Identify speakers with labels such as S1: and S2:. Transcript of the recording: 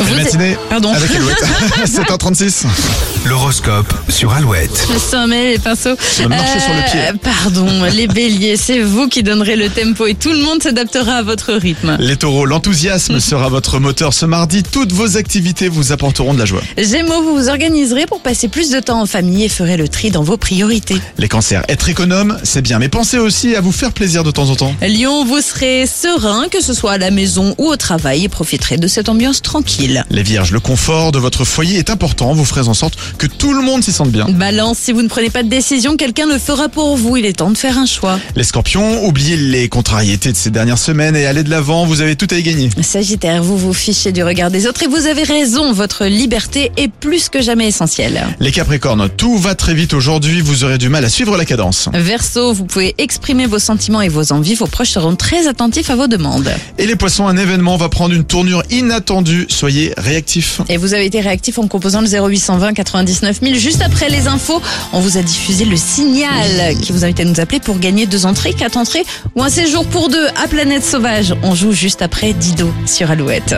S1: Vous
S2: La
S1: êtes-
S2: matinée
S1: Pardon.
S2: avec Alouette. 7h36.
S3: L'horoscope sur Alouette.
S1: Le sommeil, les pinceaux.
S2: vas marcher sur le pied.
S1: Euh, Pardon, les béliers, c'est vous qui donnerez le tempo et tout le monde s'adaptera à votre rythme.
S2: Les taureaux,
S1: Mm.
S2: l'enthousiasme sera votre moteur ce mardi. Toutes vos activités vous apporteront de la joie.
S1: Gémeaux, vous vous organiserez pour passer plus de temps en famille et ferez le tri dans vos priorités.
S2: Les cancers, être économe, c'est bien, mais pensez aussi à vous faire plaisir de temps en temps.
S1: Lyon, vous serez serein, que ce soit à la maison ou au travail, et profiterez de cette ambiance tranquille.
S2: Les vierges, le confort de votre foyer est important. Vous ferez en sorte que tout le monde s'y sente bien.
S1: Balance, si vous ne prenez pas de décision, quelqu'un le fera pour vous. Il est temps de faire un choix.
S2: Les scorpions, oubliez les contrariétés de ces dernières semaines et allez de l'avant, vous avez tout à y gagner.
S1: Sagittaire, vous vous fichez du regard des autres et vous avez raison, votre liberté est plus que jamais essentielle.
S2: Les capricornes, tout va très vite aujourd'hui, vous aurez du mal à suivre la cadence.
S1: Verseau, vous pouvez exprimer vos sentiments et vos envies, vos proches seront très attentifs à vos demandes.
S2: Et les poissons, un événement va prendre une tournure inattendue, soyez réactifs.
S1: Et vous avez été réactif en composant le 0820 99 000 juste après les infos. On vous a diffusé le signal qui vous invite à nous appeler pour gagner deux entrées, quatre entrées ou un séjour pour deux à Planète Sauvage. On joue juste après Dido sur Alouette.